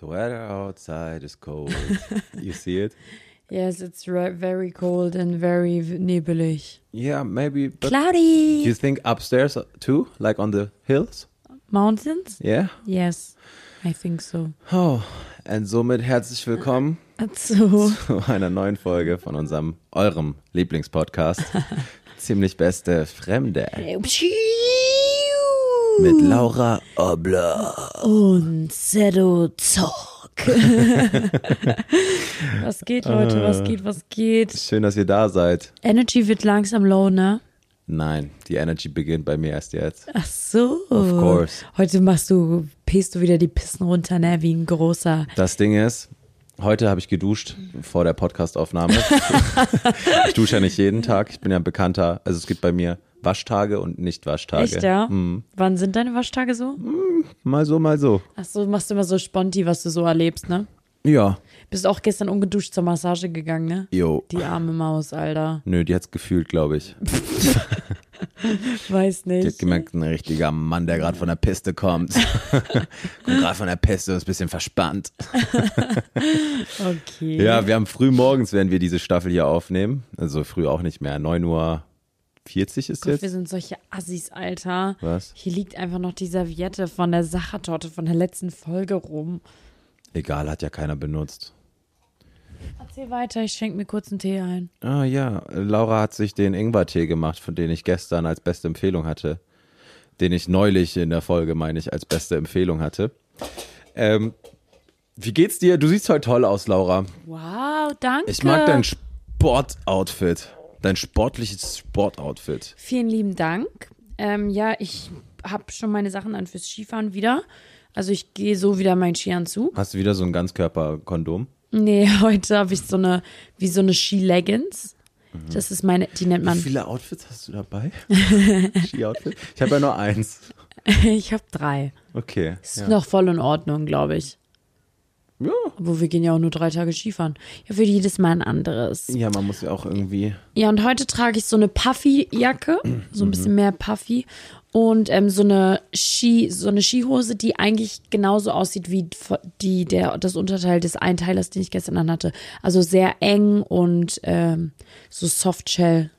The weather outside is cold. you see it? Yes, it's ri- very cold and very v- nebelig. Yeah, maybe. But do Cloudy. you think upstairs uh, too, like on the hills? Mountains? Yeah. Yes, I think so. Oh, und somit herzlich willkommen So. zu einer neuen Folge von unserem, eurem Lieblingspodcast. Ziemlich beste Fremde. Mit Laura Obler. Und Zero Talk. was geht, Leute? Äh. Was geht, was geht? Schön, dass ihr da seid. Energy wird langsam low, ne? Nein, die Energy beginnt bei mir erst jetzt. Ach so. Of course. Heute machst du, pest du wieder die Pissen runter, ne? Wie ein großer. Das Ding ist, heute habe ich geduscht vor der Podcastaufnahme. ich dusche ja nicht jeden Tag. Ich bin ja ein bekannter. Also es gibt bei mir Waschtage und Nicht-Waschtage. Echt, ja? Mhm. Wann sind deine Waschtage so? Mal so, mal so. Ach so, machst du immer so sponti, was du so erlebst, ne? Ja. Bist auch gestern ungeduscht zur Massage gegangen, ne? Jo. Die arme Maus, Alter. Nö, die hat's gefühlt, glaube ich. Weiß Die hat nicht. gemerkt, ein richtiger Mann, der gerade von der Piste kommt. kommt gerade von der Piste und ist ein bisschen verspannt. Okay. Ja, wir haben früh morgens, wenn wir diese Staffel hier aufnehmen. Also früh auch nicht mehr. 9.40 Uhr ist Gott, jetzt. wir sind solche Assis, Alter. Was? Hier liegt einfach noch die Serviette von der Sachertorte von der letzten Folge rum. Egal, hat ja keiner benutzt. Erzähl weiter, ich schenke mir kurz einen Tee ein. Ah ja, Laura hat sich den Ingwertee gemacht, von dem ich gestern als beste Empfehlung hatte. Den ich neulich in der Folge, meine ich, als beste Empfehlung hatte. Ähm, wie geht's dir? Du siehst heute toll aus, Laura. Wow, danke. Ich mag dein Sportoutfit. Dein sportliches Sportoutfit. Vielen lieben Dank. Ähm, ja, ich habe schon meine Sachen an fürs Skifahren wieder. Also ich gehe so wieder meinen Skianzug. Hast du wieder so ein Ganzkörperkondom? Nee, heute habe ich so eine, wie so eine Ski-Leggings. Das ist meine, die nennt Mhm. Wie man, viele Outfits hast du dabei? Ski-Outfit? Ich habe ja nur eins. ich habe drei. Okay. Ist Ja. noch voll in Ordnung, glaube ich. Ja. Obwohl wir gehen ja auch nur drei Tage Skifahren. Ja, für jedes Mal ein anderes. ja, man muss ja auch irgendwie. Ja, und heute trage ich so eine Puffy-Jacke, so ein bisschen mehr Puffy. Und ähm, so eine Ski, so eine Skihose, die eigentlich genauso aussieht wie die, der, das Unterteil des Einteilers, den ich gestern an hatte. Also sehr eng und ähm, so Softshell.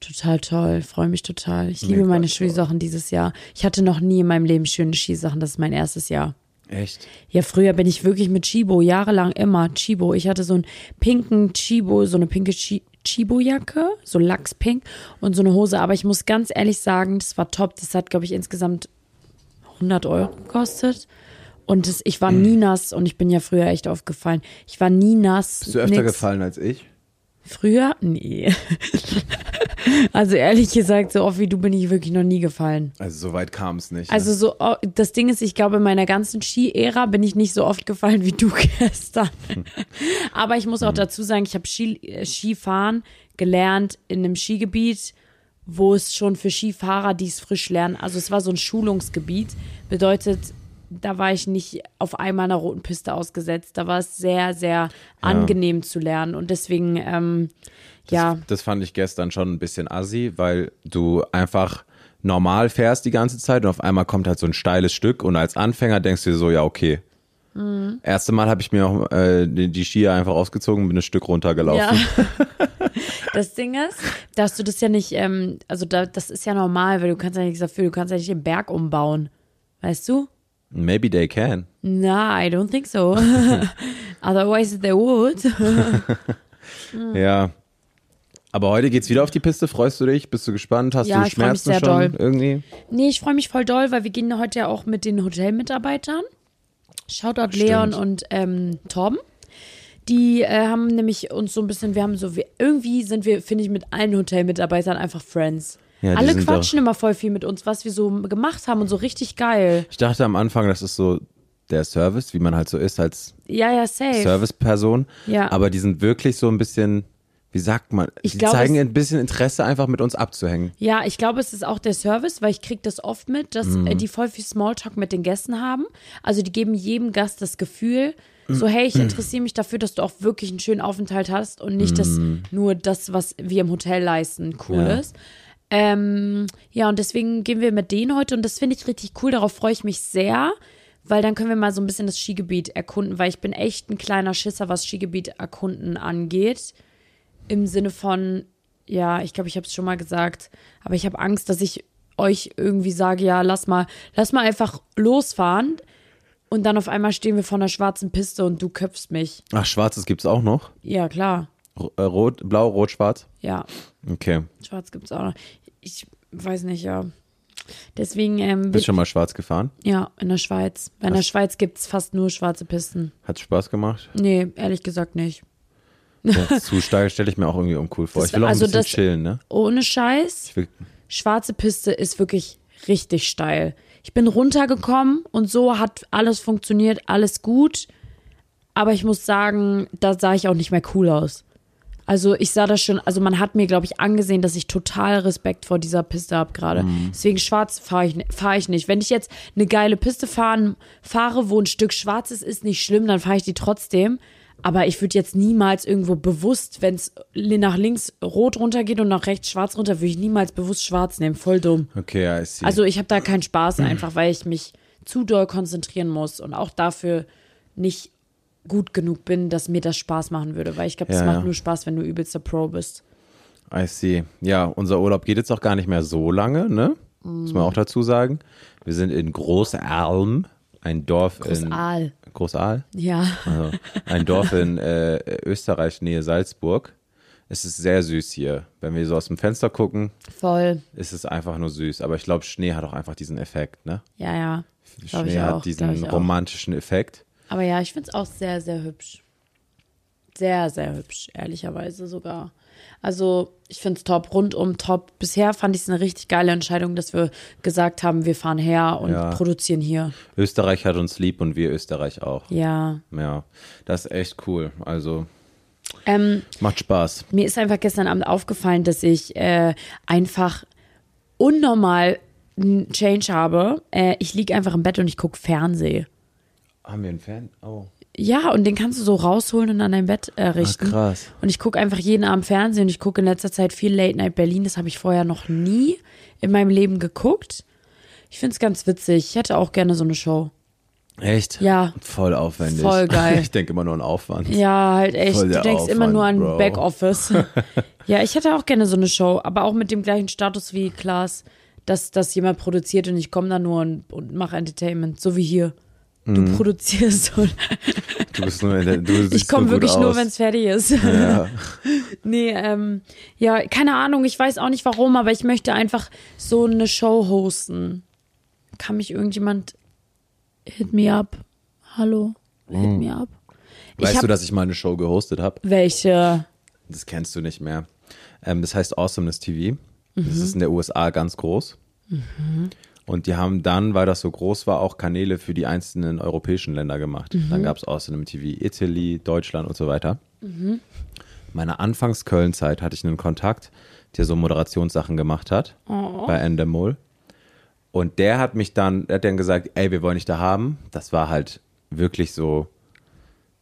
Total toll, freue mich total. Ich liebe meine Skisachen dieses Jahr. Ich hatte noch nie in meinem Leben schöne Skisachen, das ist mein erstes Jahr. Echt? Ja, früher bin ich wirklich mit Chibo, jahrelang immer Chibo. Ich hatte so einen pinken Chibo, so eine pinke Chi Chibo-Jacke, so Lachspink und so eine Hose. Aber ich muss ganz ehrlich sagen, das war top. Das hat, glaube ich, insgesamt 100 Euro gekostet. Und das, ich war Mhm. nie nass und ich bin ja früher echt aufgefallen. Ich war nie nass. Bist du öfter nix. gefallen als ich? Früher? Nee. also ehrlich gesagt, so oft wie du bin ich wirklich noch nie gefallen. Also, so weit kam es nicht. Also so, oh, das Ding ist, ich glaube, in meiner ganzen Ski-Ära bin ich nicht so oft gefallen wie du gestern. Aber ich muss auch dazu sagen, ich habe Ski, äh, Skifahren gelernt in einem Skigebiet, wo es schon für Skifahrer, die es frisch lernen, also es war so ein Schulungsgebiet, bedeutet, da war ich nicht auf einmal einer roten Piste ausgesetzt. Da war es sehr, sehr angenehm zu lernen. Und deswegen, ähm, ja. Das, das fand ich gestern schon ein bisschen assi, weil du einfach normal fährst die ganze Zeit und auf einmal kommt halt so ein steiles Stück und als Anfänger denkst du dir so, ja, okay. Mhm. Erste Mal habe ich mir auch äh, die, die Skier einfach ausgezogen und bin ein Stück runtergelaufen. Ja. Das Ding ist, dass du das ja nicht, ähm, also da, das ist ja normal, weil du kannst ja nichts dafür, du kannst ja nicht den Berg umbauen. Weißt du? Maybe they can. Na, I don't think so. Otherwise they would. Mhm. Ja. Aber heute geht's wieder auf die Piste. Freust du dich? Bist du gespannt? Hast Ja, du ich freu mich Schmerzen sehr schon doll. irgendwie? Nee, ich freue mich voll doll, weil wir gehen heute ja auch mit den Hotelmitarbeitern. Shoutout Leon und ähm, Tom. Die äh, haben nämlich uns so ein bisschen, wir haben so, wir, irgendwie sind wir, finde ich, mit allen Hotelmitarbeitern einfach Friends. Ja, die Alle sind quatschen immer voll viel mit uns, was wir so gemacht haben und so richtig geil. Ich dachte am Anfang, das ist so der Service, wie man halt so ist als Ja, ja, safe. Serviceperson. Ja. Aber die sind wirklich so ein bisschen, wie sagt man, Ich die glaube, zeigen es- ein bisschen Interesse, einfach mit uns abzuhängen. Ja, ich glaube, es ist auch der Service, weil ich kriege das oft mit, dass äh, die voll viel Smalltalk mit den Gästen haben. Also die geben jedem Gast das Gefühl, so hey, ich interessiere mich dafür, dass du auch wirklich einen schönen Aufenthalt hast und nicht dass nur das, was wir im Hotel leisten, cool Ja. ist. Ähm, ja, und deswegen gehen wir mit denen heute und das finde ich richtig cool, darauf freue ich mich sehr, weil dann können wir mal so ein bisschen das Skigebiet erkunden, weil ich bin echt ein kleiner Schisser, was Skigebiet erkunden angeht. Im Sinne von, ja, ich glaube, ich habe es schon mal gesagt, aber ich habe Angst, dass ich euch irgendwie sage, ja, lass mal, lass mal einfach losfahren und dann auf einmal stehen wir vor einer schwarzen Piste und du köpfst mich. Ach, schwarzes gibt's auch noch. Ja, klar. R äh, rot, blau, rot, schwarz. Ja, Okay. schwarz gibt's auch noch. Ich weiß nicht, ja. Deswegen, ähm, Bist schon mal schwarz gefahren? ja, in der Schweiz. In der Schweiz gibt's fast nur schwarze Pisten. Hat Spaß gemacht? Nee, ehrlich gesagt nicht. Ja, zu steil stelle ich mir auch irgendwie uncool vor. Das- Ich will auch ein also bisschen das- chillen, ne? Ohne Scheiß. Ich will, Schwarze Piste ist wirklich richtig steil. Ich bin runtergekommen und so hat alles funktioniert, alles gut. Aber ich muss sagen, da sah ich auch nicht mehr cool aus. Also ich sah das schon, also man hat mir, glaube ich, angesehen, dass ich total Respekt vor dieser Piste habe gerade. Deswegen schwarz fahre ich, fahr ich nicht. Wenn ich jetzt eine geile Piste fahren, fahre, wo ein Stück schwarz ist, ist nicht schlimm, dann fahre ich die trotzdem. Aber ich würde jetzt niemals irgendwo bewusst, wenn es nach links rot runtergeht und nach rechts schwarz runter, würde ich niemals bewusst schwarz nehmen. Voll dumm. okay, ja, ich sehe. Also ich habe da keinen Mhm. Spaß einfach, weil ich mich zu doll konzentrieren muss und auch dafür nicht gut genug bin, dass mir das Spaß machen würde, weil ich glaube, das Ja, macht ja. nur Spaß, wenn du übelster Pro bist. I see. Ja, unser Urlaub geht jetzt auch gar nicht mehr so lange, ne? Muss Mm. man auch dazu sagen. Wir sind in Großalm, ein Dorf Großaal. in Großaal, Ja. also ein Dorf in äh, Österreich Nähe Salzburg. Es ist sehr süß hier. Wenn wir so aus dem Fenster gucken, Voll. ist es einfach nur süß. Aber ich glaube, Schnee hat auch einfach diesen Effekt, ne? Ja, ja. Glaub Schnee ich hat auch, glaub diesen ich auch. romantischen Effekt. Aber ja, ich finde es auch sehr, sehr hübsch. Sehr, sehr hübsch, ehrlicherweise sogar. Also, ich finde es top, rundum top. Bisher fand ich es eine richtig geile Entscheidung, dass wir gesagt haben, wir fahren her und Ja. produzieren hier. Österreich hat uns lieb und wir Österreich auch. Ja. Ja, das ist echt cool. Also Ähm, macht Spaß. Mir ist einfach gestern Abend aufgefallen, dass ich äh, einfach unnormal einen Change habe. Äh, ich liege einfach im Bett und ich gucke Fernseh. Haben wir einen Fan? Oh. Ja, und den kannst du so rausholen und an dein Bett äh, richten. krass. Und ich gucke einfach jeden Abend Fernsehen und ich gucke in letzter Zeit viel Late Night Berlin. Das habe ich vorher noch nie in meinem Leben geguckt. Ich finde es ganz witzig. Ich hätte auch gerne so eine Show. Echt? Ja. Voll aufwendig. Voll geil. Ich denke immer nur an Aufwand. Ja, halt echt. Voll Du der denkst immer Aufwand, nur an Bro. Backoffice. ja, ich hätte auch gerne so eine Show, aber auch mit dem gleichen Status wie Klaas, dass das jemand produziert und ich komme da nur und, und mache Entertainment, so wie hier. Du produzierst und Mhm. Du bist nur in der, du siehst ich komme nur gut wirklich nur, aus. wenn es fertig ist. Ja. Nee, ähm, ja, keine Ahnung, ich weiß auch nicht warum, aber ich möchte einfach so eine Show hosten. Kann mich irgendjemand hit me up? Hallo? Hit me up? ich Mhm. Weißt hab, du, dass ich mal eine Show gehostet habe? welche? Das kennst du nicht mehr. Ähm, das heißt Awesomeness TV. Das ist in der USA ganz groß. Und die haben dann, weil das so groß war, auch Kanäle für die einzelnen europäischen Länder gemacht. Dann gab es Awesome TV Italy, Deutschland und so weiter. Meiner Anfangs-Köln-Zeit hatte ich einen Kontakt, der so Moderationssachen gemacht hat bei Endemol. Und der hat mich dann, der hat dann gesagt, ey, wir wollen dich da haben. Das war halt wirklich so,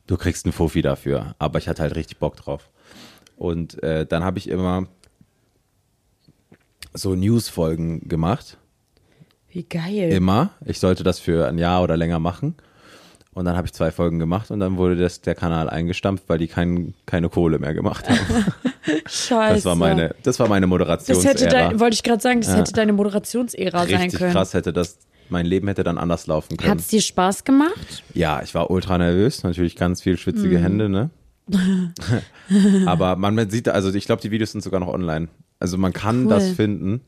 du kriegst einen Fofi dafür. Aber ich hatte halt richtig Bock drauf. Und äh, dann habe ich immer so News-Folgen gemacht. Wie geil. Immer. Ich sollte das für ein Jahr oder länger machen. Und dann habe ich zwei Folgen gemacht und dann wurde das, der Kanal eingestampft, weil die kein, keine Kohle mehr gemacht haben. Scheiße. Das war meine, das war meine Also, Das Moderationsära. hätte dein, wollte ich gerade sagen, das hätte deine Moderationsära sein Richtig können. krass hätte das, mein Leben hätte dann anders laufen können. Hat es dir Spaß gemacht? Ja, ich war ultra nervös, natürlich ganz viel Mhm. schwitzige Hände, ne? aber man sieht, also ich glaube, die Videos sind sogar noch online. Also man kann Cool. das finden,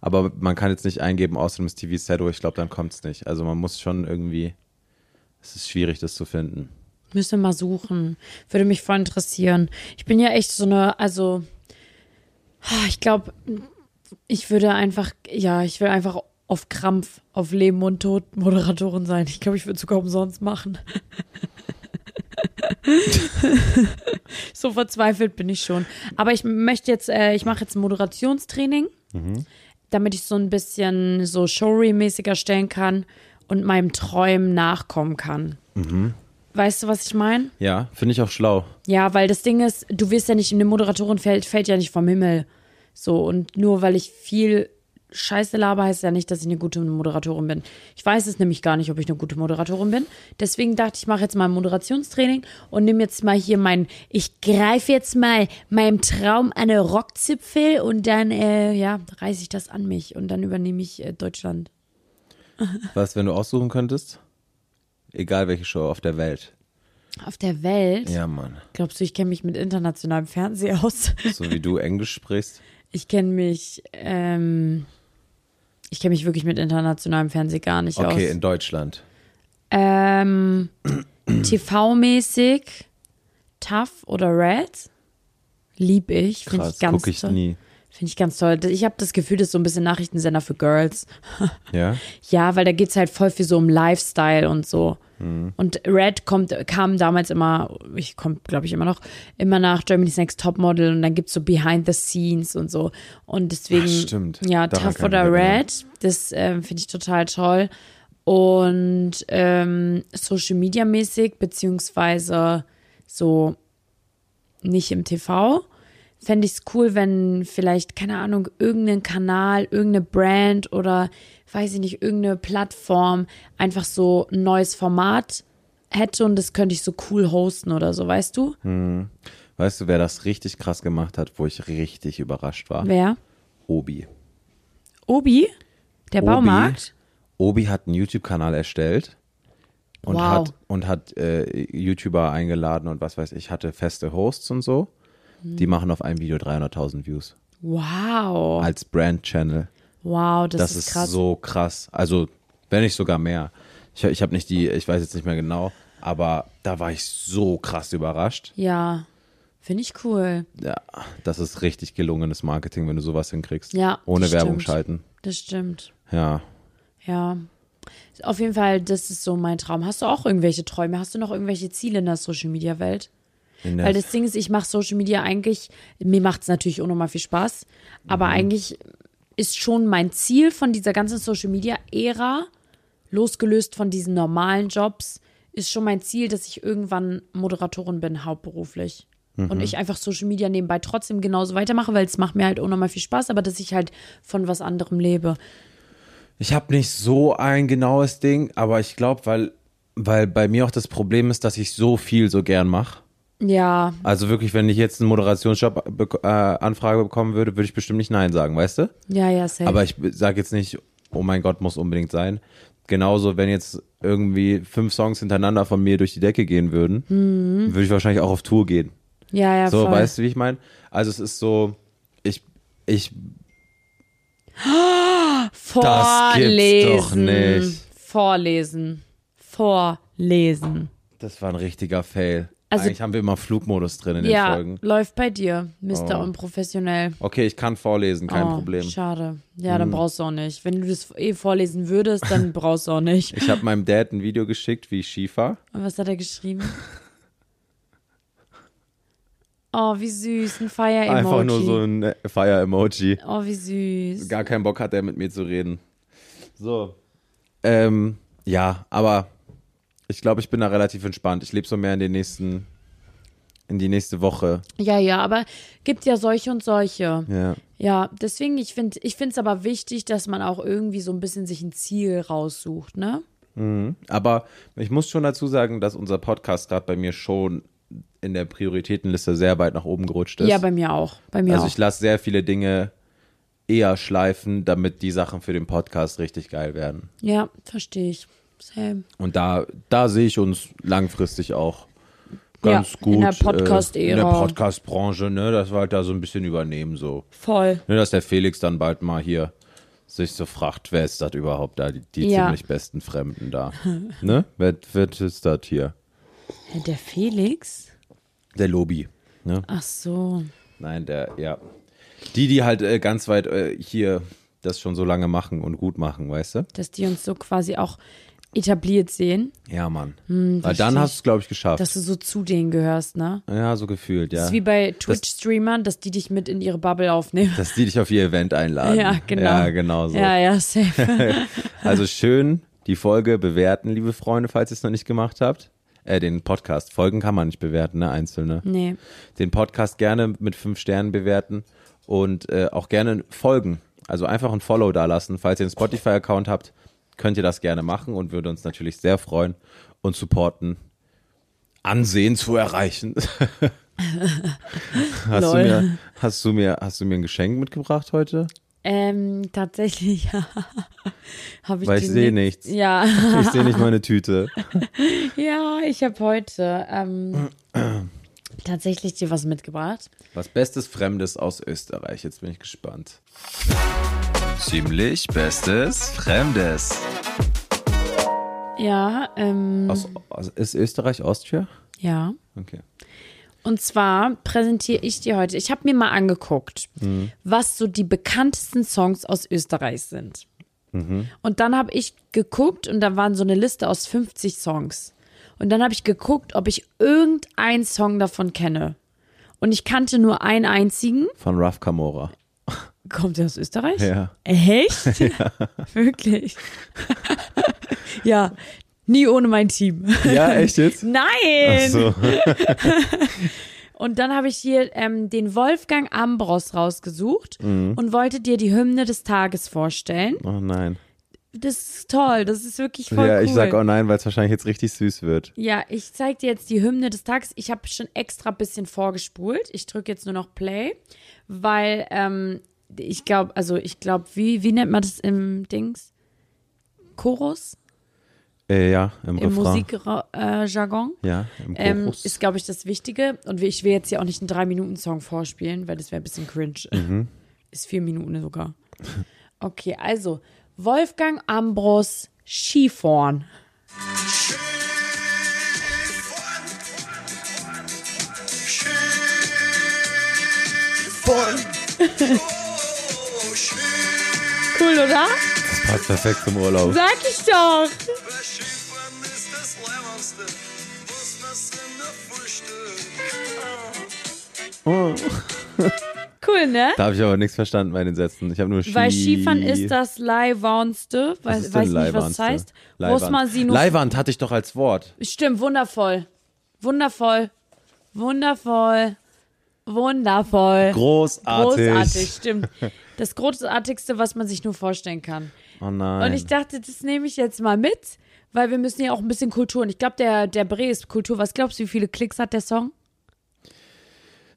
aber man kann jetzt nicht eingeben, außerdem ist TV Seto, ich glaube, dann kommt's nicht. Also man muss schon irgendwie, es ist schwierig, das zu finden. Müssen wir mal suchen. Würde mich voll interessieren. Ich bin ja echt so eine, also, ah, ich glaube, ich würde einfach, ja, ich will einfach auf Krampf, auf Leben und Tod Moderatorin sein. Ich glaube, ich würde sogar umsonst machen. so verzweifelt bin ich schon. Aber ich möchte jetzt, äh, ich mache jetzt ein Moderationstraining, damit ich so ein bisschen so Showreel-mäßig erstellen kann und meinem Träumen nachkommen kann. Weißt du, was ich meine? Ja, finde ich auch schlau. Ja, weil das Ding ist, du wirst ja nicht, eine Moderatorin fällt, fällt ja nicht vom Himmel. So, und nur weil ich viel Scheiße laber heißt ja nicht, dass ich eine gute Moderatorin bin. Ich weiß es nämlich gar nicht, ob ich eine gute Moderatorin bin. Deswegen dachte ich, ich mache jetzt mal ein Moderationstraining und nehme jetzt mal hier meinen, ich greife jetzt mal meinem Traum eine Rockzipfel und dann, äh, ja, reiße ich das an mich und dann übernehme ich äh, Deutschland. Was, wenn du aussuchen könntest? Egal welche Show auf der Welt. Auf der Welt, Ja, Mann. glaubst du, ich kenne mich mit internationalem Fernsehen aus? So wie du Englisch sprichst. Ich kenne mich, ähm, ich kenne mich wirklich mit internationalem Fernsehen gar nicht aus. Okay, in Deutschland. Ähm, TV-mäßig Tough oder Red. Lieb ich. Finde Krass, ich ganz gucke ich toll. nie. Finde ich ganz toll. Ich habe das Gefühl, das ist so ein bisschen Nachrichtensender für Girls. Ja? Ja, weil da geht's halt voll viel so um Lifestyle und so. Mhm. Und Red kommt, kam damals immer, ich komme, glaube ich, immer noch, immer nach Germany's Next Topmodel und dann gibt's so Behind the Scenes und so. Und deswegen, Ach, stimmt. ja, Daran Tough kann ich oder mich erinnern. Red, das ähm, finde ich total toll. Und ähm, Social Media mäßig, beziehungsweise so nicht im TV. Fände ich es cool, wenn vielleicht, keine Ahnung, irgendein Kanal, irgendeine Brand oder weiß ich nicht, irgendeine Plattform einfach so ein neues Format hätte und das könnte ich so cool hosten oder so, weißt du? Hm. Weißt du, wer das richtig krass gemacht hat, wo ich richtig überrascht war? Wer? Obi. Obi? Der Obi? Baumarkt? Obi hat einen YouTube-Kanal erstellt und Wow. hat, und hat äh, YouTuber eingeladen und was weiß ich, hatte feste Hosts und so. Hm. Die machen auf einem Video 300.000 Views Wow. als Brand-Channel. Wow, das, Das, ist ist, krass. so krass. Also, wenn nicht sogar mehr. Ich, ich habe nicht die, ich weiß jetzt nicht mehr genau, aber da war ich so krass überrascht. ja. Finde ich cool. Ja, das ist richtig gelungenes Marketing, wenn du sowas hinkriegst. Ja. Ohne das Werbung stimmt. schalten. Das stimmt. Ja. Ja. Auf jeden Fall, das ist so mein Traum. Hast du auch irgendwelche Träume? Hast du noch irgendwelche Ziele in der Social Media Welt? In der- Weil das Ding ist, ich mache Social Media eigentlich, mir macht es natürlich unnormal viel Spaß, Mhm. aber eigentlich ist schon mein Ziel von dieser ganzen Social Media Ära, losgelöst von diesen normalen Jobs, ist schon mein Ziel, dass ich irgendwann Moderatorin bin, hauptberuflich. Mhm. Und ich einfach Social Media nebenbei trotzdem genauso weitermache, weil es macht mir halt unnormal viel Spaß, aber dass ich halt von was anderem lebe. Ich habe nicht so ein genaues Ding, aber ich glaube, weil, weil bei mir auch das Problem ist, dass ich so viel so gern mache. Ja, Also wirklich, wenn ich jetzt einen Moderationsjob bek- äh, Anfrage bekommen würde, würde ich bestimmt nicht Nein sagen, weißt du? ja, ja, safe. Aber ich sage jetzt nicht, oh mein Gott, muss unbedingt sein. Genauso, wenn jetzt irgendwie fünf Songs hintereinander von mir durch die Decke gehen würden, würde ich wahrscheinlich auch auf Tour gehen. ja, ja, So, Mhm. voll. weißt du, wie ich meine? Also es ist so, ich, ich, Das gibt's Vorlesen. doch nicht. Vorlesen. Vorlesen. das war ein richtiger Fail. Also- Eigentlich haben wir immer Flugmodus drin in den Ja, Folgen. läuft bei dir, Mr. Oh. Unprofessionell. Okay, ich kann vorlesen, kein oh, Problem. Hm. Schade. Ja, dann brauchst du auch nicht. Wenn du das eh vorlesen würdest, dann brauchst du auch nicht. Ich habe meinem Dad ein Video geschickt, wie ich Skifa. Und was hat er geschrieben? Oh, wie süß, ein Fire-Emoji. Einfach nur so ein Fire-Emoji. Oh, wie süß. Gar keinen Bock hat er mit mir zu reden. So. Ähm, ja, aber ich glaube, ich bin da relativ entspannt. Ich lebe so mehr in den nächsten, in die nächste Woche. Ja, ja, aber gibt ja solche und solche. Ja. Ja, deswegen, ich finde ich finde es aber wichtig, dass man auch irgendwie so ein bisschen sich ein Ziel raussucht, ne? Aber ich muss schon dazu sagen, dass unser Podcast gerade bei mir schon in der Prioritätenliste sehr weit nach oben gerutscht ist. ja, bei mir auch. Bei mir also auch. ich lasse sehr viele Dinge eher schleifen, damit die Sachen für den Podcast richtig geil werden. ja, verstehe ich. Same. Und da, da sehe ich uns langfristig auch ganz Ja, gut. in der äh, Podcast-Ära. In der Podcast-Branche, ne, dass wir halt da so ein bisschen übernehmen, so. Voll. Ne, dass der Felix dann bald mal hier sich so fragt, wer ist das überhaupt da, die, die Ja. ziemlich besten Fremden da. ne? Wer, wer ist das hier? Hä, Der Felix? Der Lobby. Ne? Ach so. Nein, der, ja. Die, die halt äh, ganz weit äh, hier das schon so lange machen und gut machen, weißt du? Dass die uns so quasi auch etabliert sehen, Ja, Mann. Weil dann Hm, verstehe hast du es, glaube ich, geschafft. dass du so zu denen gehörst, ne? ja, so gefühlt, ja. Das ist wie bei Twitch-Streamern, dass die dich mit in ihre Bubble aufnehmen. dass die dich auf ihr Event einladen. Ja, genau. Ja, genau so. Ja, ja, safe. Also schön die Folge bewerten, liebe Freunde, falls ihr es noch nicht gemacht habt. Äh, den Podcast. Folgen kann man nicht bewerten, ne? Einzelne. Nee. Den Podcast gerne mit fünf Sternen bewerten und äh, auch gerne folgen Also einfach ein Follow da lassen. Falls ihr einen Spotify-Account habt, könnt ihr das gerne machen und würde uns natürlich sehr freuen und supporten. Ansehen zu erreichen. hast, du Lol. mir, hast, du mir, hast du mir ein Geschenk mitgebracht heute? Ähm, tatsächlich, ja. Hab ich Weil ich dir sehe nicht- nichts. Ja, Ich sehe nicht meine Tüte. ja, ich habe heute ähm, tatsächlich dir was mitgebracht. Was Bestes Fremdes aus Österreich. Jetzt bin ich gespannt. Ziemlich Bestes Fremdes. Ja, ähm, Aus, aus, ist Österreich Austria? ja. Okay. Und zwar präsentiere ich dir heute, ich habe mir mal angeguckt, Mhm. was so die bekanntesten Songs aus Österreich sind. Mhm. Und dann habe ich geguckt und da waren so eine Liste aus 50 Songs. Und dann habe ich geguckt, ob ich irgendeinen Song davon kenne. Und ich kannte nur einen einzigen. Von Raf Kamora. Kommt der aus Österreich? Ja. Echt? Wirklich? ja. Nie ohne mein Team. Ja, echt jetzt? Nein! So. Und dann habe ich hier ähm, den Wolfgang Ambros rausgesucht Mhm. und wollte dir die Hymne des Tages vorstellen. Oh nein. Das ist toll, das ist wirklich voll ja, cool. ich sag oh nein, weil es wahrscheinlich jetzt richtig süß wird. ja, ich zeige dir jetzt die Hymne des Tages. Ich habe schon extra ein bisschen vorgespult. Ich drücke jetzt nur noch Play, weil ähm, ich glaube, also ich glaube, wie, wie nennt man das im Dings? Chorus? Äh, ja, im, Im Refrain. Musikjargon? Äh, Jargon? Ja, im Ähm, Chorus. ist, glaube ich, das Wichtige. Und ich will jetzt hier auch nicht einen 3-Minuten-Song vorspielen, weil das wäre ein bisschen cringe. Mhm. Ist vier Minuten sogar. Okay, also Wolfgang Ambros Skifahren. Cool, oder? das passt Ah, perfekt zum Urlaub. Sag ich doch. Schiffern ist das Leibendste, was das in der Frühstück. Cool, ne? Da habe ich aber nichts verstanden bei den Sätzen. Ich habe nur Ski Weil Skifahren ist das Leiwandste. Was Weiß, ist weiß denn nicht, was Leiwand? es heißt. Muss man sie nur Leiwand hatte ich doch als Wort. Stimmt, wundervoll. Wundervoll. Wundervoll. Wundervoll. Großartig. Großartig, stimmt. Das Großartigste, was man sich nur vorstellen kann. Oh nein. Und ich dachte, das nehme ich jetzt mal mit, weil wir müssen ja auch ein bisschen Kultur. Und ich glaube, der, der Bre ist Kultur. Was glaubst du, wie viele Klicks hat der Song?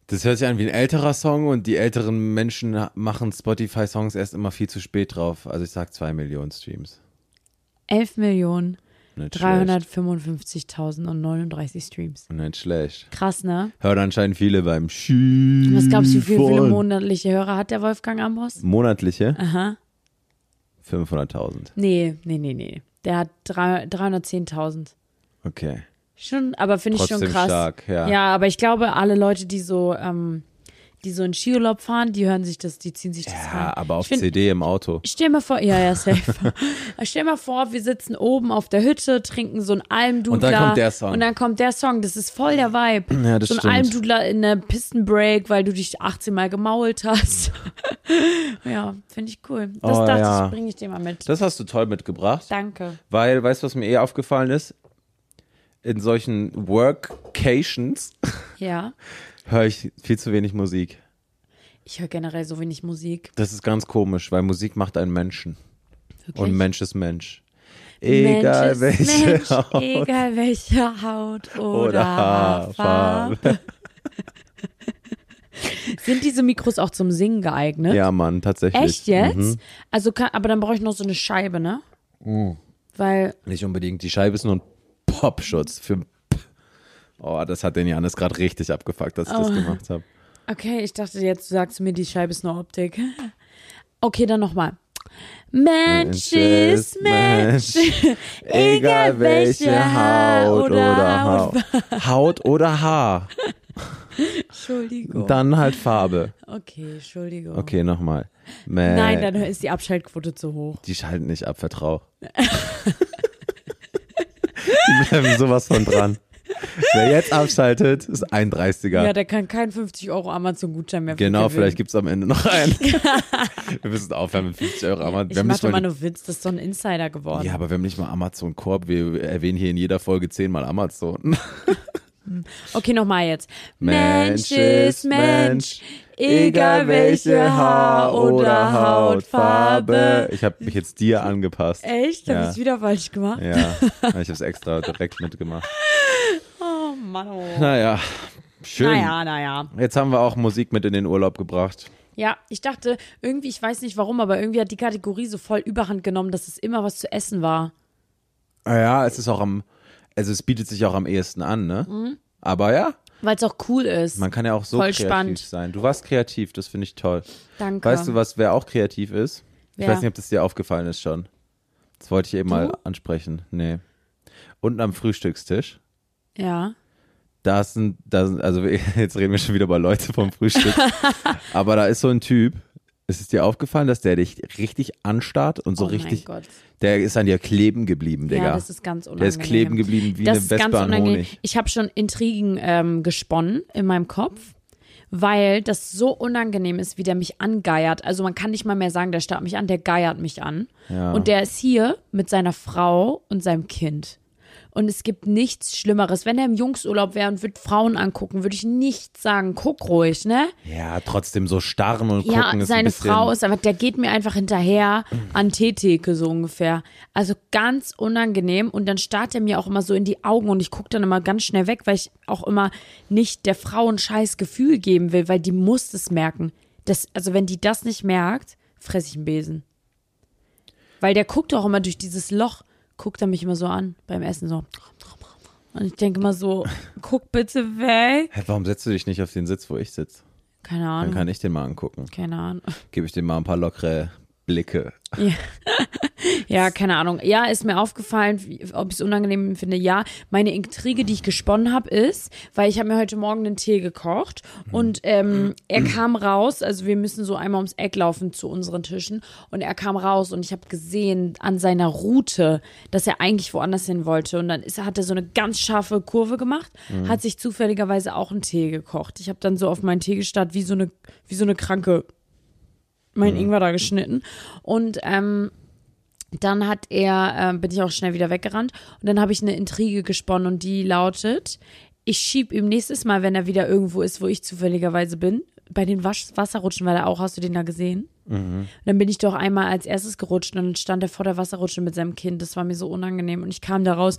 das hört sich an wie ein älterer Song und die älteren Menschen ha- machen Spotify-Songs erst immer viel zu spät drauf. Also ich sag zwei Millionen Streams. 11 Millionen. Nicht 355.039 Streams. schlecht. Nicht schlecht. Krass, ne? Hört anscheinend viele beim Ski. Was glaubst du, wie viele, viele monatliche Hörer hat der Wolfgang Ambros? Monatliche? Aha. 500.000. Nee, nee, nee, nee. Der hat drei- 310.000. Okay. Schon, aber finde ich schon Trotzdem krass. stark, ja. aber ich glaube, alle Leute, die so, ähm, die so in Skiurlaub fahren, die hören sich das, die ziehen sich das rein. Ja, aber auf ich find- CD im Auto. Stell mal vor, ja, ja, safe. Stell mal vor, wir sitzen oben auf der Hütte, trinken so einen Almdudler. Und dann kommt der Song. Und dann kommt der Song. Das ist voll der Vibe. Ja, das so ein stimmt. Almdudler in einer Pistenbreak, weil du dich 18 Mal gemault hast. ja, finde ich cool. Das Oh, dachte ja. ich, bringe ich dir mal mit. Das hast du toll mitgebracht. Danke. Weil, weißt du, was mir eh aufgefallen ist? In solchen Workcations Ja. höre ich viel zu wenig Musik. Ich höre generell so wenig Musik. Das ist ganz komisch, weil Musik macht einen Menschen. Wirklich. Und Mensch ist Mensch. Mensch Egal ist welche Mensch, Haut egal welche Haut oder, oder Haarfarbe. Haarfarbe. Sind diese Mikros auch zum Singen geeignet? Ja, Mhm. Mann, tatsächlich. Echt jetzt? Also kann, aber dann brauche ich noch so eine Scheibe, ne? Mhm. Weil Nicht unbedingt. Die Scheibe ist nur ein Popschutz für. Oh, das hat den Janis gerade richtig abgefuckt, dass ich Oh. das gemacht habe. Okay, ich dachte jetzt, du sagst mir, die Scheibe ist nur Optik. Okay, dann nochmal. Mensch ist Mensch. Egal welche Haut oder Haut. Haut oder Haar. Entschuldigung. Dann halt Farbe. okay, Entschuldigung. Okay, nochmal. Nein, dann ist die Abschaltquote zu hoch. Die schalten nicht ab, vertrau. die bleiben sowas von dran. Wer jetzt abschaltet, ist ein 30er. Ja, der kann keinen 50 Euro Amazon-Gutschein mehr genau, vergewinnen. vielleicht gibt es am Ende noch einen. wir müssen aufhören mit 50 Euro Amazon. Wir Ich haben mach nicht doch mal mal nur Witz, das ist doch ein Insider geworden. ja, aber wir haben nicht mal Amazon Korb. Wir erwähnen hier in jeder Folge zehnmal Amazon. Okay, nochmal jetzt. Mensch ist Mensch, egal welche Haar- oder Hautfarbe. Ich habe mich jetzt dir angepasst. Echt? Hab Ja. ich's wieder falsch gemacht? Ja, ich habe es extra direkt mitgemacht. Oh Mann. Oh. Naja, schön. Naja, naja. Jetzt haben wir auch Musik mit in den Urlaub gebracht. Ja, ich dachte irgendwie, ich weiß nicht warum, aber irgendwie hat die Kategorie so voll überhand genommen, dass es immer was zu essen war. Ja, es ist auch am, also es bietet sich auch am ehesten an, ne? Mhm. Aber ja, Weil es auch cool ist. man kann ja auch so Voll kreativ spannend. sein. Du warst kreativ, das finde ich toll. Danke. Weißt du, was wer auch kreativ ist? Ich Wer? weiß nicht, ob das dir aufgefallen ist schon. Das wollte ich eben mal ansprechen. Nee. Unten am Frühstückstisch. Ja. Da sind, da sind, also wir- jetzt reden wir schon wieder über Leute vom Frühstück. Aber da ist so ein Typ. Ist es dir aufgefallen, dass der dich richtig anstarrt und so oh richtig, mein Gott. der ist an dir kleben geblieben, Digga. Ja, das ist ganz der unangenehm. ist kleben geblieben wie das eine ist ganz Wespe an unangenehm. Honig. Ich habe schon Intrigen ähm, gesponnen in meinem Kopf, weil das so unangenehm ist, wie der mich angeiert. Also man kann nicht mal mehr sagen, der starrt mich an, der geiert mich an. Ja. Und der ist hier mit seiner Frau und seinem Kind. Und es gibt nichts Schlimmeres. Wenn er im Jungsurlaub wäre und würde Frauen angucken, würde ich nicht sagen, guck ruhig, ne? Ja, trotzdem so starren und Ja, gucken ist ein seine bisschen, Frau ist, aber der geht mir einfach hinterher an Teetheke so ungefähr. Also ganz unangenehm und dann starrt er mir auch immer so in die Augen und ich gucke dann immer ganz schnell weg, weil ich auch immer nicht der Frau ein scheiß Gefühl geben will, weil die muss es merken. Das, also wenn die das nicht merkt, fress ich einen Besen. Weil der guckt auch immer durch dieses Loch, guckt er mich immer so an beim Essen so. Und ich denke immer so, guck bitte weg. Hä, warum setzt du dich nicht auf den Sitz, wo ich sitze? Keine Dann Ahnung. kann ich den mal angucken. Keine Ahnung. Gebe ich dem mal ein paar lockere Blicke. Ja, keine Ahnung. Ja, ist mir aufgefallen, wie- ob ich es unangenehm finde. Ja, meine Intrige, die ich gesponnen habe, ist, weil ich habe mir heute Morgen einen Tee gekocht und ähm, er kam raus, also wir müssen so einmal ums Eck laufen zu unseren Tischen und er kam raus und ich habe gesehen an seiner Route, dass er eigentlich woanders hin wollte und dann ist, hat er so eine ganz scharfe Kurve gemacht, hat sich zufälligerweise auch einen Tee gekocht. Ich habe dann so auf meinen Tee gestarrt, wie so eine, wie so eine Kranke, meinen Ingwer da geschnitten und ähm, dann hat er, ähm, bin ich auch schnell wieder weggerannt und dann habe ich eine Intrige gesponnen und die lautet, ich schieb ihm nächstes Mal, wenn er wieder irgendwo ist, wo ich zufälligerweise bin, bei den Wasch Wasserrutschen, weil er auch, hast du den da gesehen? Und dann bin ich doch einmal als erstes gerutscht und dann stand er vor der Wasserrutsche mit seinem Kind. Das war mir so unangenehm und ich kam da raus.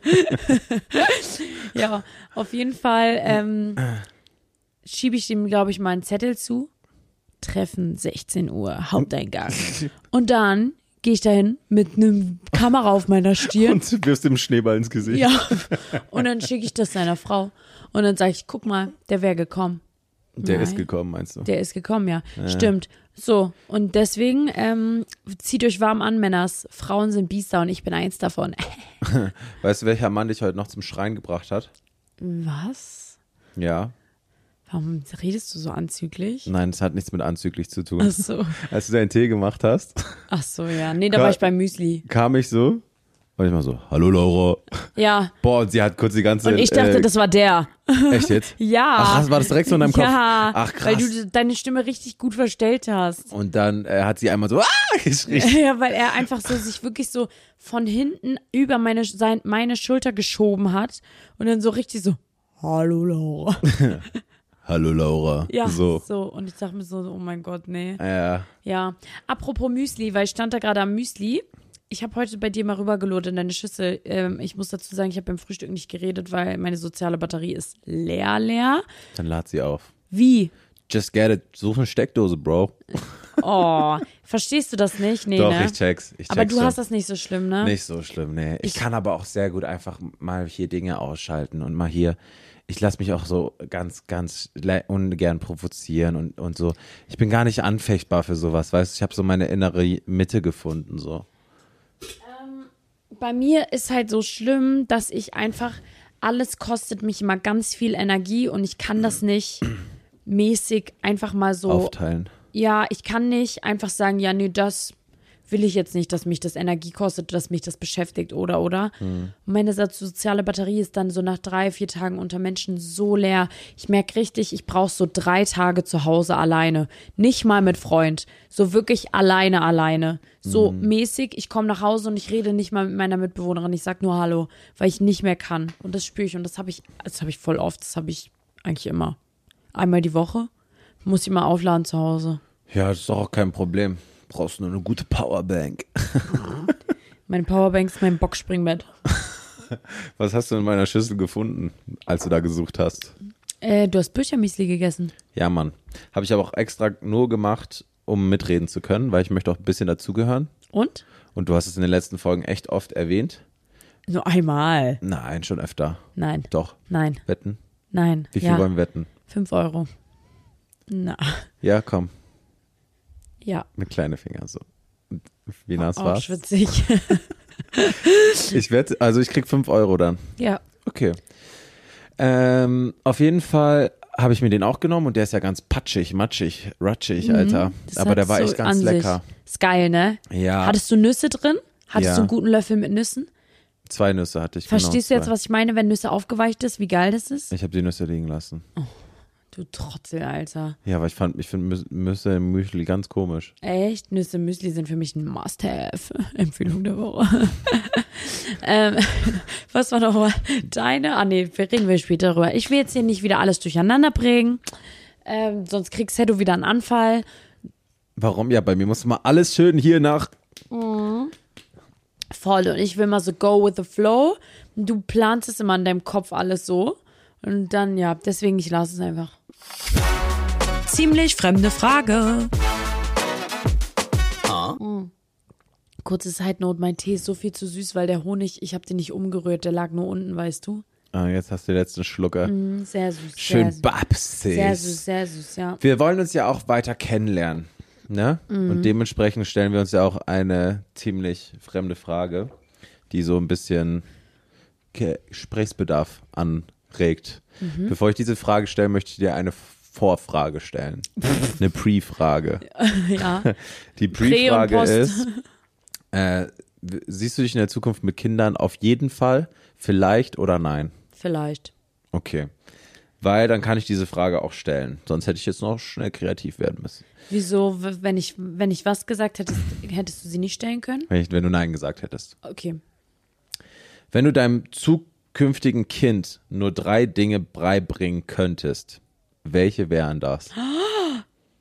ja, auf jeden Fall ähm, schiebe ich ihm, glaube ich, mal einen Zettel zu. Treffen 16 Uhr, Haupteingang. Und dann gehe ich dahin mit einem Kamera auf meiner Stirn. Und wirfst dem Schneeball ins Gesicht. Ja. Und dann schicke ich das seiner Frau. Und dann sage ich, guck mal, der wäre gekommen. Der ist Nein. gekommen, meinst du? Der ist gekommen, ja. Stimmt. So, und deswegen ähm, zieht euch warm an, Männers. Frauen sind Biester und ich bin eins davon. Weißt du, welcher Mann dich heute noch zum Schreien gebracht hat? Was? Ja. Warum redest du so anzüglich? Nein, das hat nichts mit anzüglich zu tun. Ach so. Als du deinen Tee gemacht hast, Ach so, ja. Nee, da war ich bei Müsli. kam ich so und ich mal so, hallo Laura. Ja. Boah, und sie hat kurz die ganze Und ich dachte, äh, das war der. Echt jetzt? Ja. Ach, das war das direkt so in deinem Kopf? Ja. Ach, krass. Weil du deine Stimme richtig gut verstellt hast. Und dann äh, hat sie einmal so, ah, geschrien. Ja, weil er einfach so sich wirklich so von hinten über meine, sein, meine Schulter geschoben hat und dann so richtig so, hallo Laura. Hallo Laura. Ja, so. So. Und ich dachte mir so, oh mein Gott, nee. Ja. Ja. Apropos Müsli, weil ich stand da gerade am Müsli. Ich habe heute bei dir mal rübergelotet in deine Schüssel. Ähm, ich muss dazu sagen, ich habe beim Frühstück nicht geredet, weil meine soziale Batterie ist leer, leer. Dann lad sie auf. Wie? Just get it. Such eine Steckdose, Bro. Oh, verstehst du das nicht? Nee, Doch, ne? ich check's. Ich check's Aber du schon. hast das nicht so schlimm, ne? Nicht so schlimm, nee. Ich kann aber auch sehr gut einfach mal hier Dinge ausschalten und mal hier. Ich lasse mich auch so ganz, ganz le- ungern provozieren und, und so. Ich bin gar nicht anfechtbar für sowas, weißt du? Ich habe so meine innere Mitte gefunden, so. bei mir ist halt so schlimm, dass ich einfach, alles kostet mich immer ganz viel Energie und ich kann das nicht mäßig einfach mal so. Aufteilen. Ja, ich kann nicht einfach sagen, ja, nee, das will ich jetzt nicht, dass mich das Energie kostet, dass mich das beschäftigt oder oder. Und meine so- soziale Batterie ist dann so nach drei, vier Tagen unter Menschen so leer. Ich merke richtig, ich brauche so drei Tage zu Hause alleine. Nicht mal mit Freund. So wirklich alleine, alleine. So mäßig, ich komme nach Hause und ich rede nicht mal mit meiner Mitbewohnerin. Ich sag nur Hallo, weil ich nicht mehr kann. Und das spüre ich. Und das habe ich, das habe ich voll oft. Das habe ich eigentlich immer. Einmal die Woche muss ich mal aufladen zu Hause. Ja, das ist doch auch kein Problem. Brauchst nur eine gute Powerbank. Meine Powerbank ist mein Boxspringbett. Was hast du in meiner Schüssel gefunden, als du da gesucht hast? Äh, du hast Büchermüsli gegessen. Ja, Mann. Habe ich aber auch extra nur gemacht, um mitreden zu können, weil ich möchte auch ein bisschen dazugehören. Und? Und du hast es in den letzten Folgen echt oft erwähnt. Nur einmal. Nein, schon öfter. Nein. Doch. Nein. Wetten? Nein. Wie viel ja. wollen wir wetten? Fünf Euro. Na, Ja, komm. ja. Mit kleinen Fingern so. Wie nass Oh, war's? schwitzig. Ich wette, also ich krieg 5 Euro dann. ja. Okay. Ähm, auf jeden Fall habe ich mir den auch genommen und der ist ja ganz patschig, matschig, ratschig, Alter. Mhm. Das Aber der hat's war so echt ganz an lecker. Sich. Ist geil, ne? Ja, Hattest du Nüsse drin? Hattest Ja. du einen guten Löffel mit Nüssen? zwei Nüsse hatte ich. genau, Verstehst du jetzt, zwei. was ich meine, wenn Nüsse aufgeweicht ist? Wie geil das ist? Ich habe die Nüsse liegen lassen. Du Trottel, Alter. Ja, aber ich fand, ich finde Nüsse im Müsli ganz komisch. Echt? Nüsse Müsli sind für mich ein Must-Have. Empfehlung der Woche. ähm, was war nochmal deine? Ah, nee, wir reden wir später darüber. Ich will jetzt hier nicht wieder alles durcheinander bringen. Ähm, sonst kriegst du wieder einen Anfall. Warum? Ja, bei mir muss mal alles schön hier nach. Voll. Und ich will mal so go with the flow. Du planst es immer in deinem Kopf alles so. Und dann, ja, deswegen, ich lasse es einfach. Ziemlich fremde Frage. Hm. Kurze Side-Note, mein Tee ist so viel zu süß, weil der Honig, ich habe den nicht umgerührt, der lag nur unten, weißt du? Ah, jetzt hast du den letzten Schlucker. Hm, Sehr süß. Schön sehr, süß. babsig. sehr süß, sehr süß, ja. Wir wollen uns ja auch weiter kennenlernen. Ne? Mm. Und dementsprechend stellen wir uns ja auch eine ziemlich fremde Frage, die so ein bisschen Ke- Gesprächsbedarf anregt. Mhm. Bevor ich diese Frage stelle, möchte ich dir eine Vorfrage stellen. eine Pre-Frage. ja. Die Prä- und Pre-Frage Post. ist, äh, w- siehst du dich in der Zukunft mit Kindern auf jeden Fall, vielleicht oder nein? Vielleicht. Okay. Weil dann kann ich diese Frage auch stellen. Sonst hätte ich jetzt noch schnell kreativ werden müssen. Wieso, w- wenn ich, wenn ich was gesagt hätte, hättest du sie nicht stellen können? Wenn, ich, wenn du Nein gesagt hättest. Okay. Wenn du deinem zukünftigen Kind nur drei Dinge beibringen könntest, welche wären das?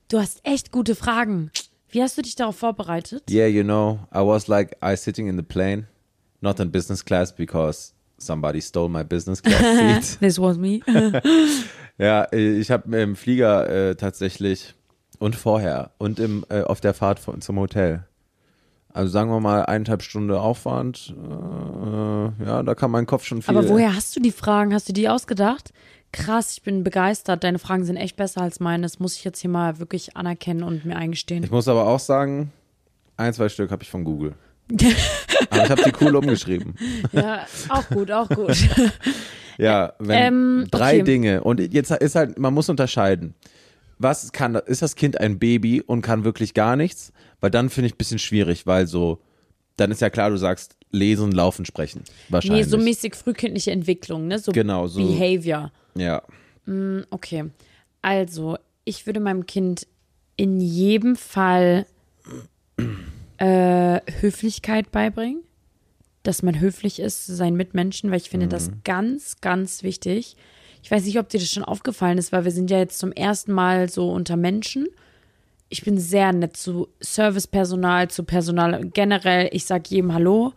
Du hast echt gute Fragen. Wie hast du dich darauf vorbereitet? Yeah, you know, I was like, I sitting in the plane, not in business class because somebody stole my business class seat. This was me. ja, äh, ich habe im Flieger äh, tatsächlich und vorher und im, äh, auf der Fahrt von, zum Hotel. Also sagen wir mal eineinhalb Stunden Aufwand. Äh, ja, da kann mein Kopf schon viel. Aber woher hast du die Fragen? Hast du die ausgedacht? Krass, ich bin begeistert. Deine Fragen sind echt besser als meine. Das muss ich jetzt hier mal wirklich anerkennen und mir eingestehen. Ich muss aber auch sagen, ein, zwei Stück habe ich von Google. aber ich habe die cool umgeschrieben. ja, auch gut, auch gut. Ja, wenn Ähm, drei okay. Dinge. Und jetzt ist halt, man muss unterscheiden. Was kann, ist das Kind ein Baby und kann wirklich gar nichts? Weil dann finde ich ein bisschen schwierig, weil so, dann ist ja klar, du sagst lesen, laufen, sprechen. Nee, Wahrscheinlich. so mäßig frühkindliche Entwicklung, ne? So Genau, so- Behavior. ja. Okay. Also, ich würde meinem Kind in jedem Fall äh, Höflichkeit beibringen, dass man höflich ist zu seinen Mitmenschen, weil ich finde das ganz, ganz wichtig. Ich weiß nicht, ob dir das schon aufgefallen ist, weil wir sind ja jetzt zum ersten Mal so unter Menschen. Ich bin sehr nett zu Servicepersonal, zu Personal generell. Ich sag jedem Hallo,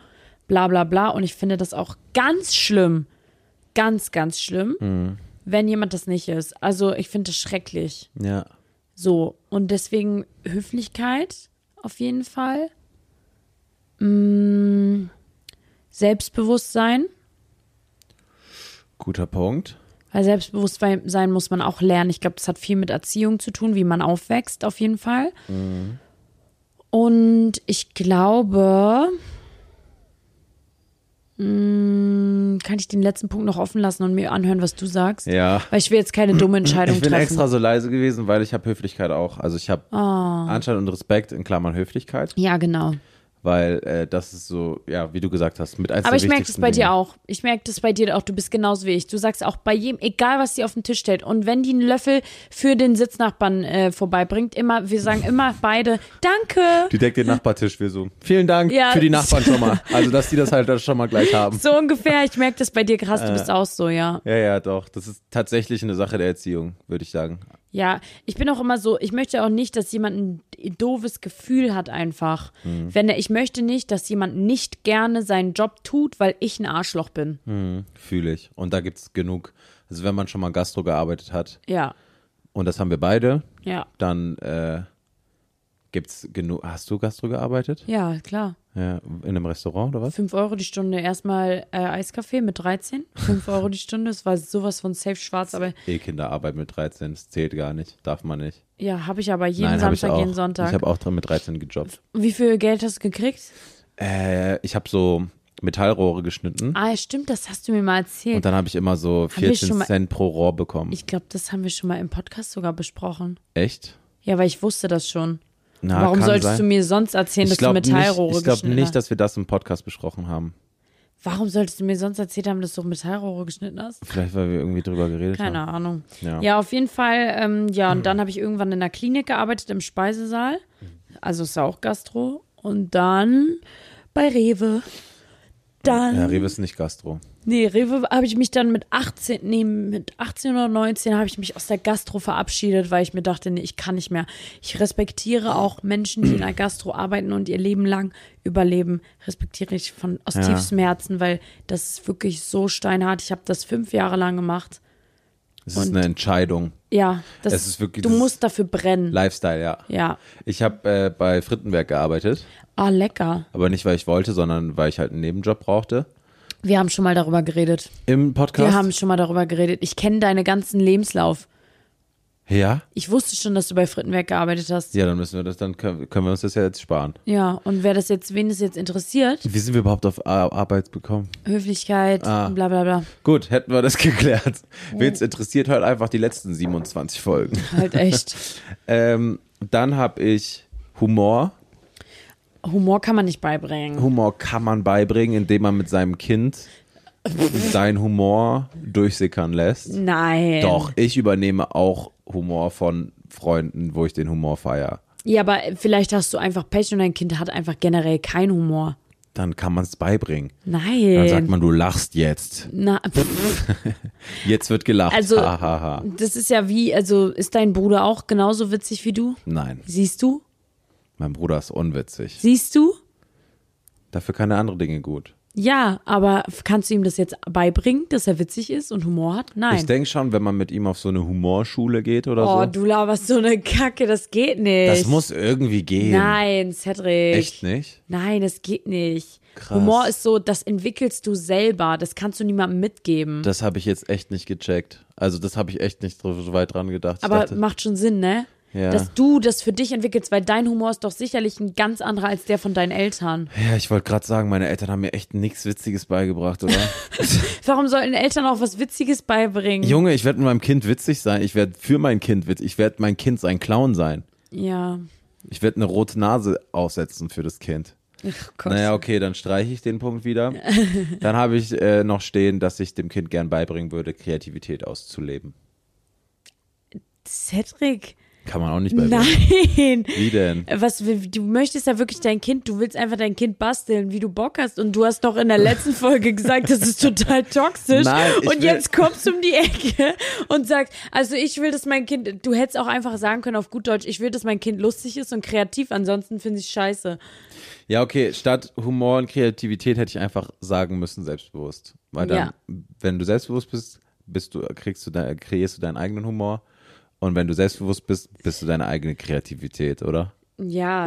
bla bla bla. Und ich finde das auch ganz schlimm, ganz, ganz schlimm, wenn jemand das nicht ist. Also ich finde das schrecklich. Ja. So, und deswegen Höflichkeit auf jeden Fall. Mm, Selbstbewusstsein, Guter Punkt. weil Selbstbewusstsein muss man auch lernen. Ich glaube, das hat viel mit Erziehung zu tun, wie man aufwächst, auf jeden Fall. Mhm. Und ich glaube, mm, kann ich den letzten Punkt noch offen lassen und mir anhören, was du sagst? Ja. Weil ich will jetzt keine dumme Entscheidung Ich bin treffen. extra so leise Ah. gewesen, weil ich habe Höflichkeit auch. Also ich habe Anstand und Respekt in Klammern Höflichkeit. ja, genau. Weil äh, das ist so, ja, wie du gesagt hast, mit eins Aber der ich merke das wichtigsten bei dir Dinge. auch. Ich merke das bei dir auch. Du bist genauso wie ich. Du sagst auch bei jedem, egal was sie auf den Tisch stellt. Und wenn die einen Löffel für den Sitznachbarn äh, vorbeibringt, immer, wir sagen immer beide, danke. Die deckt den Nachbartisch, wir so. Vielen Dank Ja. für die Nachbarn schon mal. Also, dass die das halt dann schon mal gleich haben. So ungefähr. Ich merke das bei dir krass. Du Äh. bist auch so, ja. Ja, ja, doch. Das ist tatsächlich eine Sache der Erziehung, würde ich sagen. Ja, ich bin auch immer so, ich möchte auch nicht, dass jemand ein doofes Gefühl hat einfach. Mhm. Wenn er, ich möchte nicht, dass jemand nicht gerne seinen Job tut, weil ich ein Arschloch bin. Mhm. Fühle ich. Und da gibt's genug. Also, wenn man schon mal Gastro gearbeitet hat, Ja, und das haben wir beide, ja. dann äh, gibt's genug. Hast du Gastro gearbeitet? Ja, klar. Ja, in einem Restaurant oder was? 5 Euro die Stunde erstmal äh, Eiskaffee mit 13. 5 Euro die Stunde, das war sowas von safe schwarz, aber Eh Kinderarbeit mit 13, das zählt gar nicht, darf man nicht. ja, habe ich aber jeden Nein, habe ich Samstag, auch. jeden Sonntag. Ich habe auch dran mit 13 gejobbt. Wie viel Geld hast du gekriegt? Äh, ich habe so Metallrohre geschnitten Ah, stimmt, das hast du mir mal und erzählt. dann habe ich immer so wir schon 14 mal- Cent pro Rohr bekommen. Ich glaube, das haben wir schon mal im Podcast sogar besprochen. Echt? Ja, weil ich wusste das schon. Na, Warum kann solltest sein. du mir sonst erzählen, ich dass du glaub Metallrohre nicht, Ich glaube geschnitten nicht, hast? dass wir das im Podcast besprochen haben. Warum solltest du mir sonst erzählt haben, dass du Metallrohre geschnitten hast? Vielleicht, weil wir irgendwie drüber geredet Keine haben. Ahnung. Ja. Ja. auf jeden Fall. Ähm, ja, und dann habe ich irgendwann in der Klinik gearbeitet, im Speisesaal. Also ist ja auch Gastro. Und dann bei Rewe. Dann, Ja, Rewe ist nicht Gastro. nee, Rewe habe ich mich dann mit 18, nee, mit 18 oder 19 habe ich mich aus der Gastro verabschiedet, weil ich mir dachte, nee, ich kann nicht mehr. Ich respektiere auch Menschen, die in der Gastro arbeiten und ihr Leben lang überleben, respektiere ich von, aus Ja. tiefstem Herzen, weil das ist wirklich so steinhart. Ich habe das fünf Jahre lang gemacht. Es ist eine Entscheidung. Ja, das Es ist wirklich- Du das ist- musst dafür brennen. Lifestyle, ja. ja. Ich habe äh, bei Frittenberg gearbeitet, Ah, lecker. aber nicht, weil ich wollte, sondern weil ich halt einen Nebenjob brauchte. Wir haben schon mal darüber geredet. Im Podcast? Wir haben schon mal darüber geredet. Ich kenne deinen ganzen Lebenslauf. ja? Ich wusste schon, dass du bei Frittenwerk gearbeitet hast. Ja, Ja, dann müssen wir das, dann können, können wir uns das ja jetzt sparen. und wer das jetzt, wen das jetzt interessiert, Wie sind wir überhaupt auf Ar- Arbeit gekommen? Höflichkeit, Ah. bla bla bla. Gut, hätten wir das geklärt. Oh. Wen's interessiert, hört einfach die letzten 27 Folgen. Halt echt. Ähm, dann habe ich Humor. Humor kann man nicht beibringen. Humor kann man beibringen, indem man mit seinem Kind seinen Humor durchsickern Ähm. lässt. Nein. Doch, ich übernehme auch Humor von Freunden, wo ich den Humor feier. Ja, aber vielleicht hast du einfach Pech und dein Kind hat einfach generell keinen Humor. Dann kann man es beibringen. Nein. Dann sagt man, du lachst jetzt. Na, pff. Jetzt wird gelacht. Also- ha, ha, ha. das ist ja wie, also ist dein Bruder auch genauso witzig wie du? Nein, Siehst du? mein Bruder ist unwitzig. Siehst du? Dafür kann er andere Dinge gut. Ja, aber kannst du ihm das jetzt beibringen, dass er witzig ist und Humor hat? Nein. Ich denke schon, wenn man mit ihm auf so eine Humorschule geht oder oh, so. du laberst so eine Kacke, das geht nicht. das muss irgendwie gehen. Nein, Cedric. Echt nicht? Nein, das geht nicht. Krass. Humor ist so, das entwickelst du selber, das kannst du niemandem mitgeben. Das habe ich jetzt echt nicht gecheckt. Also das habe ich echt nicht so so weit dran gedacht. Ich aber dachte, macht schon Sinn, ne? Ja. Dass du das für dich entwickelst, weil dein Humor ist doch sicherlich ein ganz anderer als der von deinen Eltern. ja, ich wollte gerade sagen, meine Eltern haben mir echt nichts Witziges beigebracht, oder? Warum sollten Eltern auch was Witziges beibringen? Junge, ich werde mit meinem Kind witzig sein. Ich werde für mein Kind witzig. Ich werde mein Kind sein Clown sein. Ja. Ich werde eine rote Nase aufsetzen für das Kind. Ach Gott. Naja, okay, dann streiche ich den Punkt wieder. Dann habe ich äh, noch stehen, dass ich dem Kind gern beibringen würde, Kreativität auszuleben. Cedric. Kann man auch nicht beibringen. Nein. Wie denn? Was, will- du möchtest ja wirklich dein Kind, du willst einfach dein Kind basteln, wie du Bock hast. Und du hast doch in der letzten Folge gesagt, das ist total toxisch. Nein, ich und will- jetzt kommst du um die Ecke und sagst, also ich will, dass mein Kind, du hättest auch einfach sagen können auf gut Deutsch, ich will, dass mein Kind lustig ist und kreativ, ansonsten finde ich scheiße. Ja, okay, statt Humor und Kreativität hätte ich einfach sagen müssen, selbstbewusst. Weil dann, wenn du selbstbewusst bist, bist du, kriegst du dein, kreierst du deinen eigenen Humor. Und wenn du selbstbewusst bist, bist du deine eigene Kreativität, oder? Ja,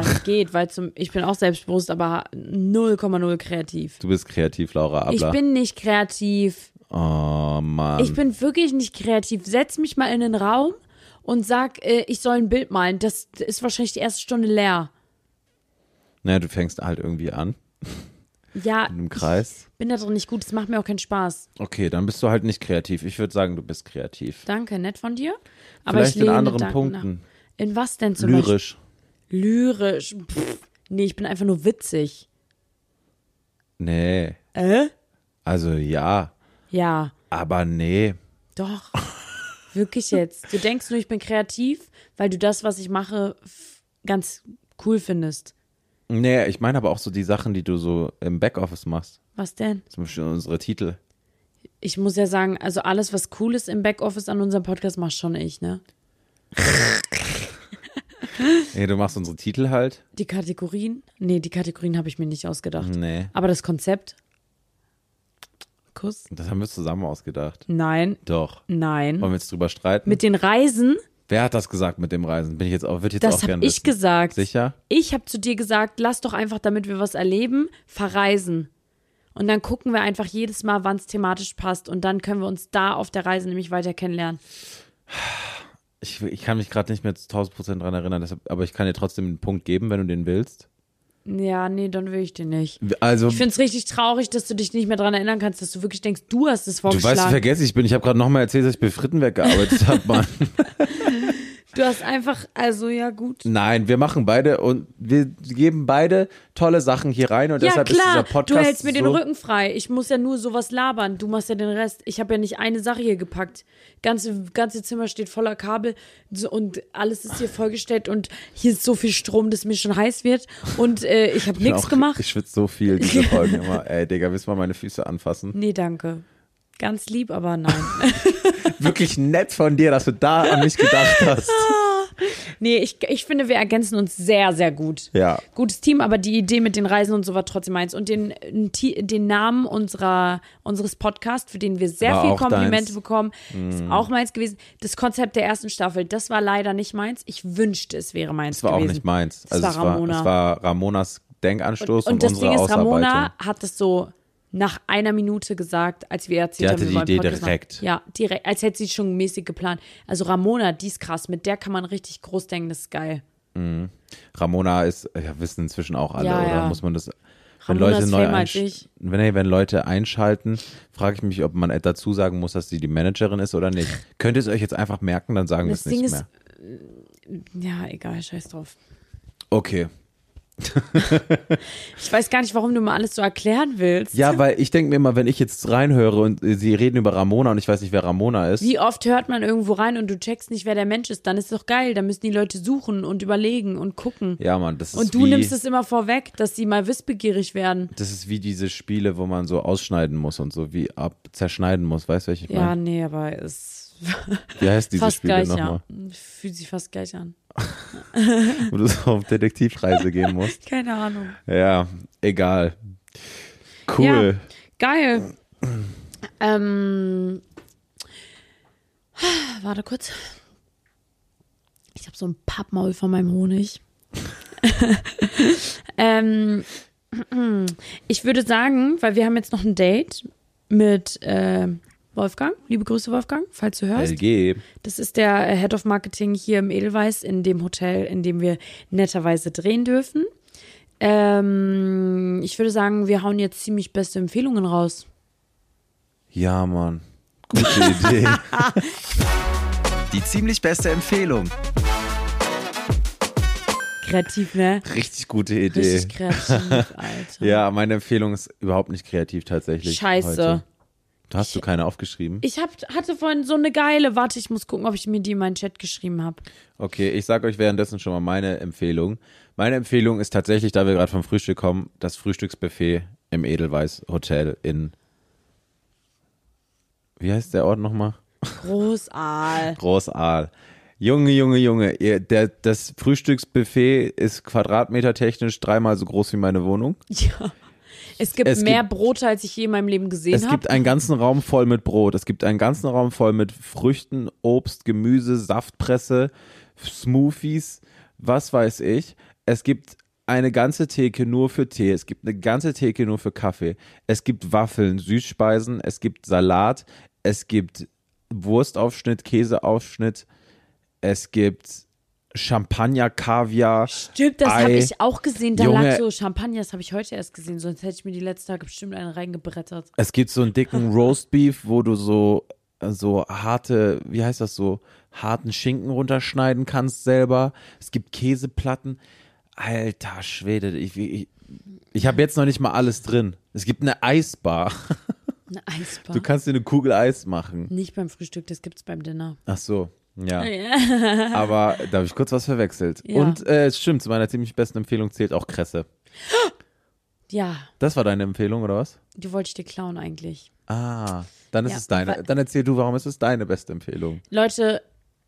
es geht, weil zum, ich bin auch selbstbewusst, aber 0,0 kreativ. Du bist kreativ, Laura Ich Abler. bin nicht kreativ. oh Mann. Ich bin wirklich nicht kreativ. Setz mich mal in den Raum und sag, äh, ich soll ein Bild malen. Das ist wahrscheinlich die erste Stunde leer. naja, du fängst halt irgendwie an Ja, im Kreis. ich bin da drin nicht gut. Das macht mir auch keinen Spaß. Okay, dann bist du halt nicht kreativ. Ich würde sagen, du bist kreativ. Danke, nett von dir. Aber Vielleicht ich in lehne anderen Dank Punkten. Nach. In was denn zum Lyrisch. Beispiel? Lyrisch. Pff, Nee, ich bin einfach nur witzig. Nee. Äh? Also ja, Ja, aber nee. doch. Wirklich jetzt. Du denkst nur, ich bin kreativ, weil du das, was ich mache, f- ganz cool findest. Nee, ich meine aber auch so die Sachen, die du so im Backoffice machst. Was denn? Zum Beispiel unsere Titel. Ich muss ja sagen, also alles, was cool ist im Backoffice an unserem Podcast, mach schon ich, ne? Nee, du machst unsere Titel halt. Die Kategorien? Nee, die Kategorien habe ich mir nicht ausgedacht. Nee. Aber das Konzept? Kuss? Das haben wir zusammen ausgedacht. Nein, Doch. nein. Wollen wir jetzt drüber streiten? Mit den Reisen? Wer hat das gesagt mit dem Reisen? Bin ich jetzt auch, würde ich jetzt Das auch habe gerne ich wissen. gesagt. Sicher? Ich habe zu dir gesagt, lass doch einfach, damit wir was erleben, verreisen. Und dann gucken wir einfach jedes Mal, wann es thematisch passt. Und dann können wir uns da auf der Reise nämlich weiter kennenlernen. Ich, ich kann mich gerade nicht mehr zu 1000 Prozent dran erinnern, deshalb, aber ich kann dir trotzdem einen Punkt geben, wenn du den willst. Ja, nee, dann will ich den nicht. Also, Ich find's richtig traurig, dass du dich nicht mehr dran erinnern kannst, dass du wirklich denkst, du hast es du weißt, wie vorgeschlagen. vergesse ich bin. Ich habe gerade nochmal erzählt, dass ich bei Frittenwerk gearbeitet habe, Mann. Du, hast einfach, also ja gut. Nein, wir machen beide und wir geben beide tolle Sachen hier rein und Ja deshalb ist dieser klar, Podcast du hältst mir so den Rücken frei. Ich muss ja nur sowas labern. Du machst ja den Rest. Ich habe ja nicht eine Sache hier gepackt. Ganze ganze Zimmer steht voller Kabel so- und alles ist hier vollgestellt und hier ist so viel Strom, dass mir schon heiß wird und äh, ich habe Ich bin nichts auch- gemacht. Genau. Ich schwitze so viel diese Folgen immer. Ey, Digga, willst du mal meine Füße anfassen? nee, danke. Ganz lieb, aber nein. Wirklich nett von dir, dass du da an mich gedacht hast. nee, ich, ich finde, wir ergänzen uns sehr, sehr gut. Ja. Gutes Team, aber die Idee mit den Reisen und so war trotzdem meins. Und den, den Namen unserer, unseres Podcasts, für den wir sehr War viel auch Komplimente deins. Mhm. bekommen, ist auch meins gewesen. Das Konzept der ersten Staffel, das war leider nicht meins. Ich wünschte, es wäre meins Das war gewesen. auch nicht meins. Das also war es, Ramona. war, es war Ramonas Denkanstoß und, und das unsere Ding ist, Ausarbeitung. Ramona hat es so nach einer Minute gesagt, als wir erzählt Die haben, hatte wir die wollen Idee Podcast machen. direkt. Ja, direkt. Als hätte sie schon mäßig geplant. Also Ramona, die ist krass. Mit der kann man richtig groß denken, das ist geil. Ramona ist, ja, wissen inzwischen auch alle, Ja, oder ja. muss man das. Wenn Ramona Leute, ist neu Filmer einsch als ich. wenn, nee, wenn Leute einschalten, frage ich mich, ob man dazu sagen muss, dass sie die Managerin ist oder nicht. Könnt ihr es euch jetzt einfach merken, dann sagen wir Das es Ding nicht ist, äh, mehr. Ja, egal, scheiß drauf. Okay. Ich weiß gar nicht, warum du mir alles so erklären willst. Ja, weil ich denke mir immer, wenn ich jetzt reinhöre und äh, sie reden über Ramona und ich weiß nicht, wer Ramona ist. Wie oft hört man irgendwo rein und du checkst nicht, wer der Mensch ist? Dann ist doch geil. Dann müssen die Leute suchen und überlegen und gucken. Ja, Mann, das ist und du wie, nimmst es immer vorweg, dass sie mal wissbegierig werden. Das ist wie diese Spiele, wo man so ausschneiden muss und so wie ab zerschneiden muss. Weißt du, welche ich Ja, meine? nee, aber es Wie heißt diese fast Spiele gleich, nochmal? ja. Fühlt sich fast gleich an. Wo du so auf Detektivreise gehen musst. Keine Ahnung. Ja, egal. Cool. Ja, geil. ähm, warte kurz. Ich habe so ein Pappmaul von meinem Honig. ähm, ich würde sagen, weil wir haben jetzt noch ein Date mit äh, Wolfgang. Liebe Grüße, Wolfgang, falls du hörst. LG. Das ist der äh, Head of Marketing hier im Edelweiß, in dem Hotel, in dem wir netterweise drehen dürfen. Ähm, ich würde sagen, wir hauen jetzt ziemlich beste Empfehlungen raus. Ja, Mann. Gute Idee. Die ziemlich beste Empfehlung. Kreativ, ne? Richtig gute Idee. Richtig kreativ, Alter. ja, meine Empfehlung ist überhaupt nicht kreativ tatsächlich. Scheiße. Heute. Hast du keine aufgeschrieben? Ich hab, hatte vorhin so eine geile. Warte, ich muss gucken, ob ich mir die in meinen Chat geschrieben habe. Okay, ich sag euch währenddessen schon mal meine Empfehlung. Meine Empfehlung ist tatsächlich, da wir gerade vom Frühstück kommen, das Frühstücksbuffet im Edelweiß Hotel in. Wie heißt der Ort nochmal? Großaal. Großaal. Junge, Junge, Junge, ihr, der, das Frühstücksbuffet ist quadratmetertechnisch dreimal so groß wie meine Wohnung. Ja. Es gibt Es gibt- mehr Brote, als ich je in meinem Leben gesehen Es habe. gibt einen ganzen Raum voll mit Brot. Es gibt einen ganzen Raum voll mit Früchten, Obst, Gemüse, Saftpresse, Smoothies, was weiß ich. Es gibt eine ganze Theke nur für Tee. Es gibt eine ganze Theke nur für Kaffee. Es gibt Waffeln, Süßspeisen. Es gibt Salat. Es gibt Wurstaufschnitt, Käseaufschnitt. Es gibt Champagner, Kaviar. Stimmt, das habe Ei. ich auch gesehen. Da Junge. lag so Champagner, das habe ich heute erst gesehen. Sonst hätte ich mir die letzten Tage bestimmt einen reingebrettert. Es gibt so einen dicken Roast Beef, wo du so, so harte, wie heißt das so, harten Schinken runterschneiden kannst selber. Es gibt Käseplatten. Alter Schwede, ich, ich, ich habe jetzt noch nicht mal alles drin. Es gibt eine Eisbar. Eine Eisbar. Du kannst dir eine Kugel Eis machen. Nicht beim Frühstück, das gibt's beim Dinner. Ach so. Ja. Aber da habe ich kurz was verwechselt. Oh, Ja. Und äh, es stimmt, zu meiner ziemlich besten Empfehlung zählt auch Kresse. Ja, Das war deine Empfehlung, oder was? die wollte ich dir klauen eigentlich. Ah, dann ist Ja, es deine. weil- Dann erzähl du, warum ist es deine beste Empfehlung? Leute,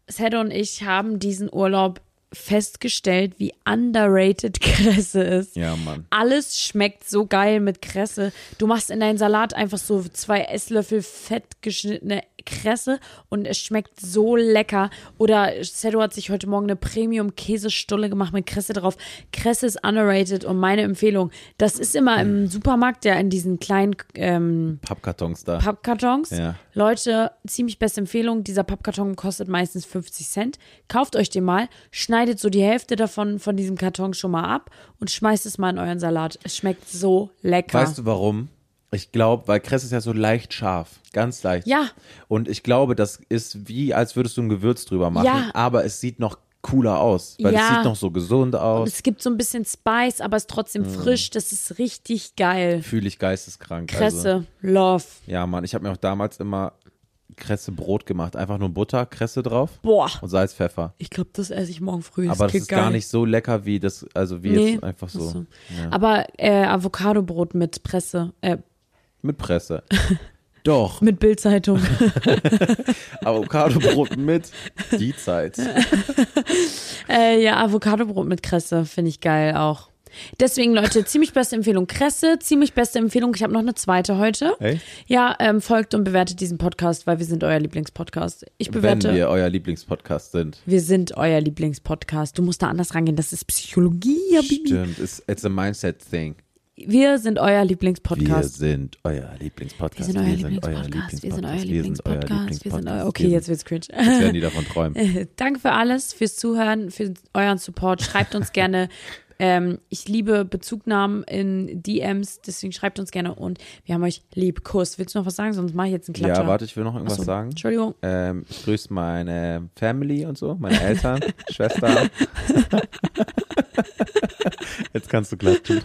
Sedda und ich haben diesen Urlaub festgestellt, wie underrated Kresse ist. Ja, Mann. Alles schmeckt so geil mit Kresse. Du machst in deinen Salat einfach so zwei Esslöffel fett geschnittene Kresse und es schmeckt so lecker. Oder Sedo hat sich heute Morgen eine Premium-Käsestulle gemacht mit Kresse drauf. Kresse ist underrated und meine Empfehlung, das ist immer im Supermarkt, ja in diesen kleinen ähm, Pappkartons da. Pappkartons. Ja. Leute, ziemlich beste Empfehlung. Dieser Pappkarton kostet meistens 50 Cent. Kauft euch den mal, schneidet so die Hälfte davon von diesem Karton schon mal ab und schmeißt es mal in euren Salat. Es schmeckt so lecker. Weißt du warum? Ich glaube, weil Kress ist ja so leicht scharf, ganz leicht. Ja. Und ich glaube, das ist wie, als würdest du ein Gewürz drüber machen, Ja. aber es sieht noch cooler aus, weil es Ja. sieht noch so gesund aus. es gibt so ein bisschen Spice, aber es ist Mm. trotzdem frisch. Das ist richtig geil. Fühle ich geisteskrank. Kresse, Also, love. ja, Mann, ich habe mir auch damals immer Kresse Brot gemacht, einfach nur Butter, Kresse drauf Boah. und Salz, Pfeffer. Ich glaube, das esse ich morgen früh. Aber das klingt ist gar geil. nicht so lecker wie das, also wie Nee. jetzt einfach so. Ach so. Aber äh, Avocadobrot mit Presse, äh, Mit Presse. Doch, mit Bildzeitung. Avocado-Brot mit die Zeit. Äh, ja, Avocadobrot mit Kresse finde ich geil auch. Deswegen, Leute, ziemlich beste Empfehlung. Kresse, ziemlich beste Empfehlung. Ich habe noch eine zweite heute. Echt? Ja, ähm, folgt und bewertet diesen Podcast, weil wir sind euer Lieblingspodcast. Ich Wenn bewerte. wir euer Lieblingspodcast sind. wir sind euer Lieblingspodcast. Du musst da anders rangehen. Das ist Psychologie, ja, Bibi. Stimmt, it's, it's a mindset thing. Wir sind euer Wir Lieblingspodcast. sind euer Lieblingspodcast. Wir sind euer Lieblingspodcast. Wir sind euer Lieblingspodcast. Wir sind euer. Okay, jetzt wird's cringe. Jetzt werden die davon träumen. Danke für alles, fürs Zuhören, für euren Support. Schreibt uns gerne. Ähm, ich liebe Bezugnahmen in DMs, deswegen schreibt uns gerne und wir haben euch lieb. Kuss. Willst du noch was sagen? Sonst mache ich jetzt einen Klatscher. Ja, warte, ich will noch irgendwas Achso, sagen. Entschuldigung. Ähm, ich grüße meine Family und so, meine Eltern, Schwester. Jetzt kannst du klatschen.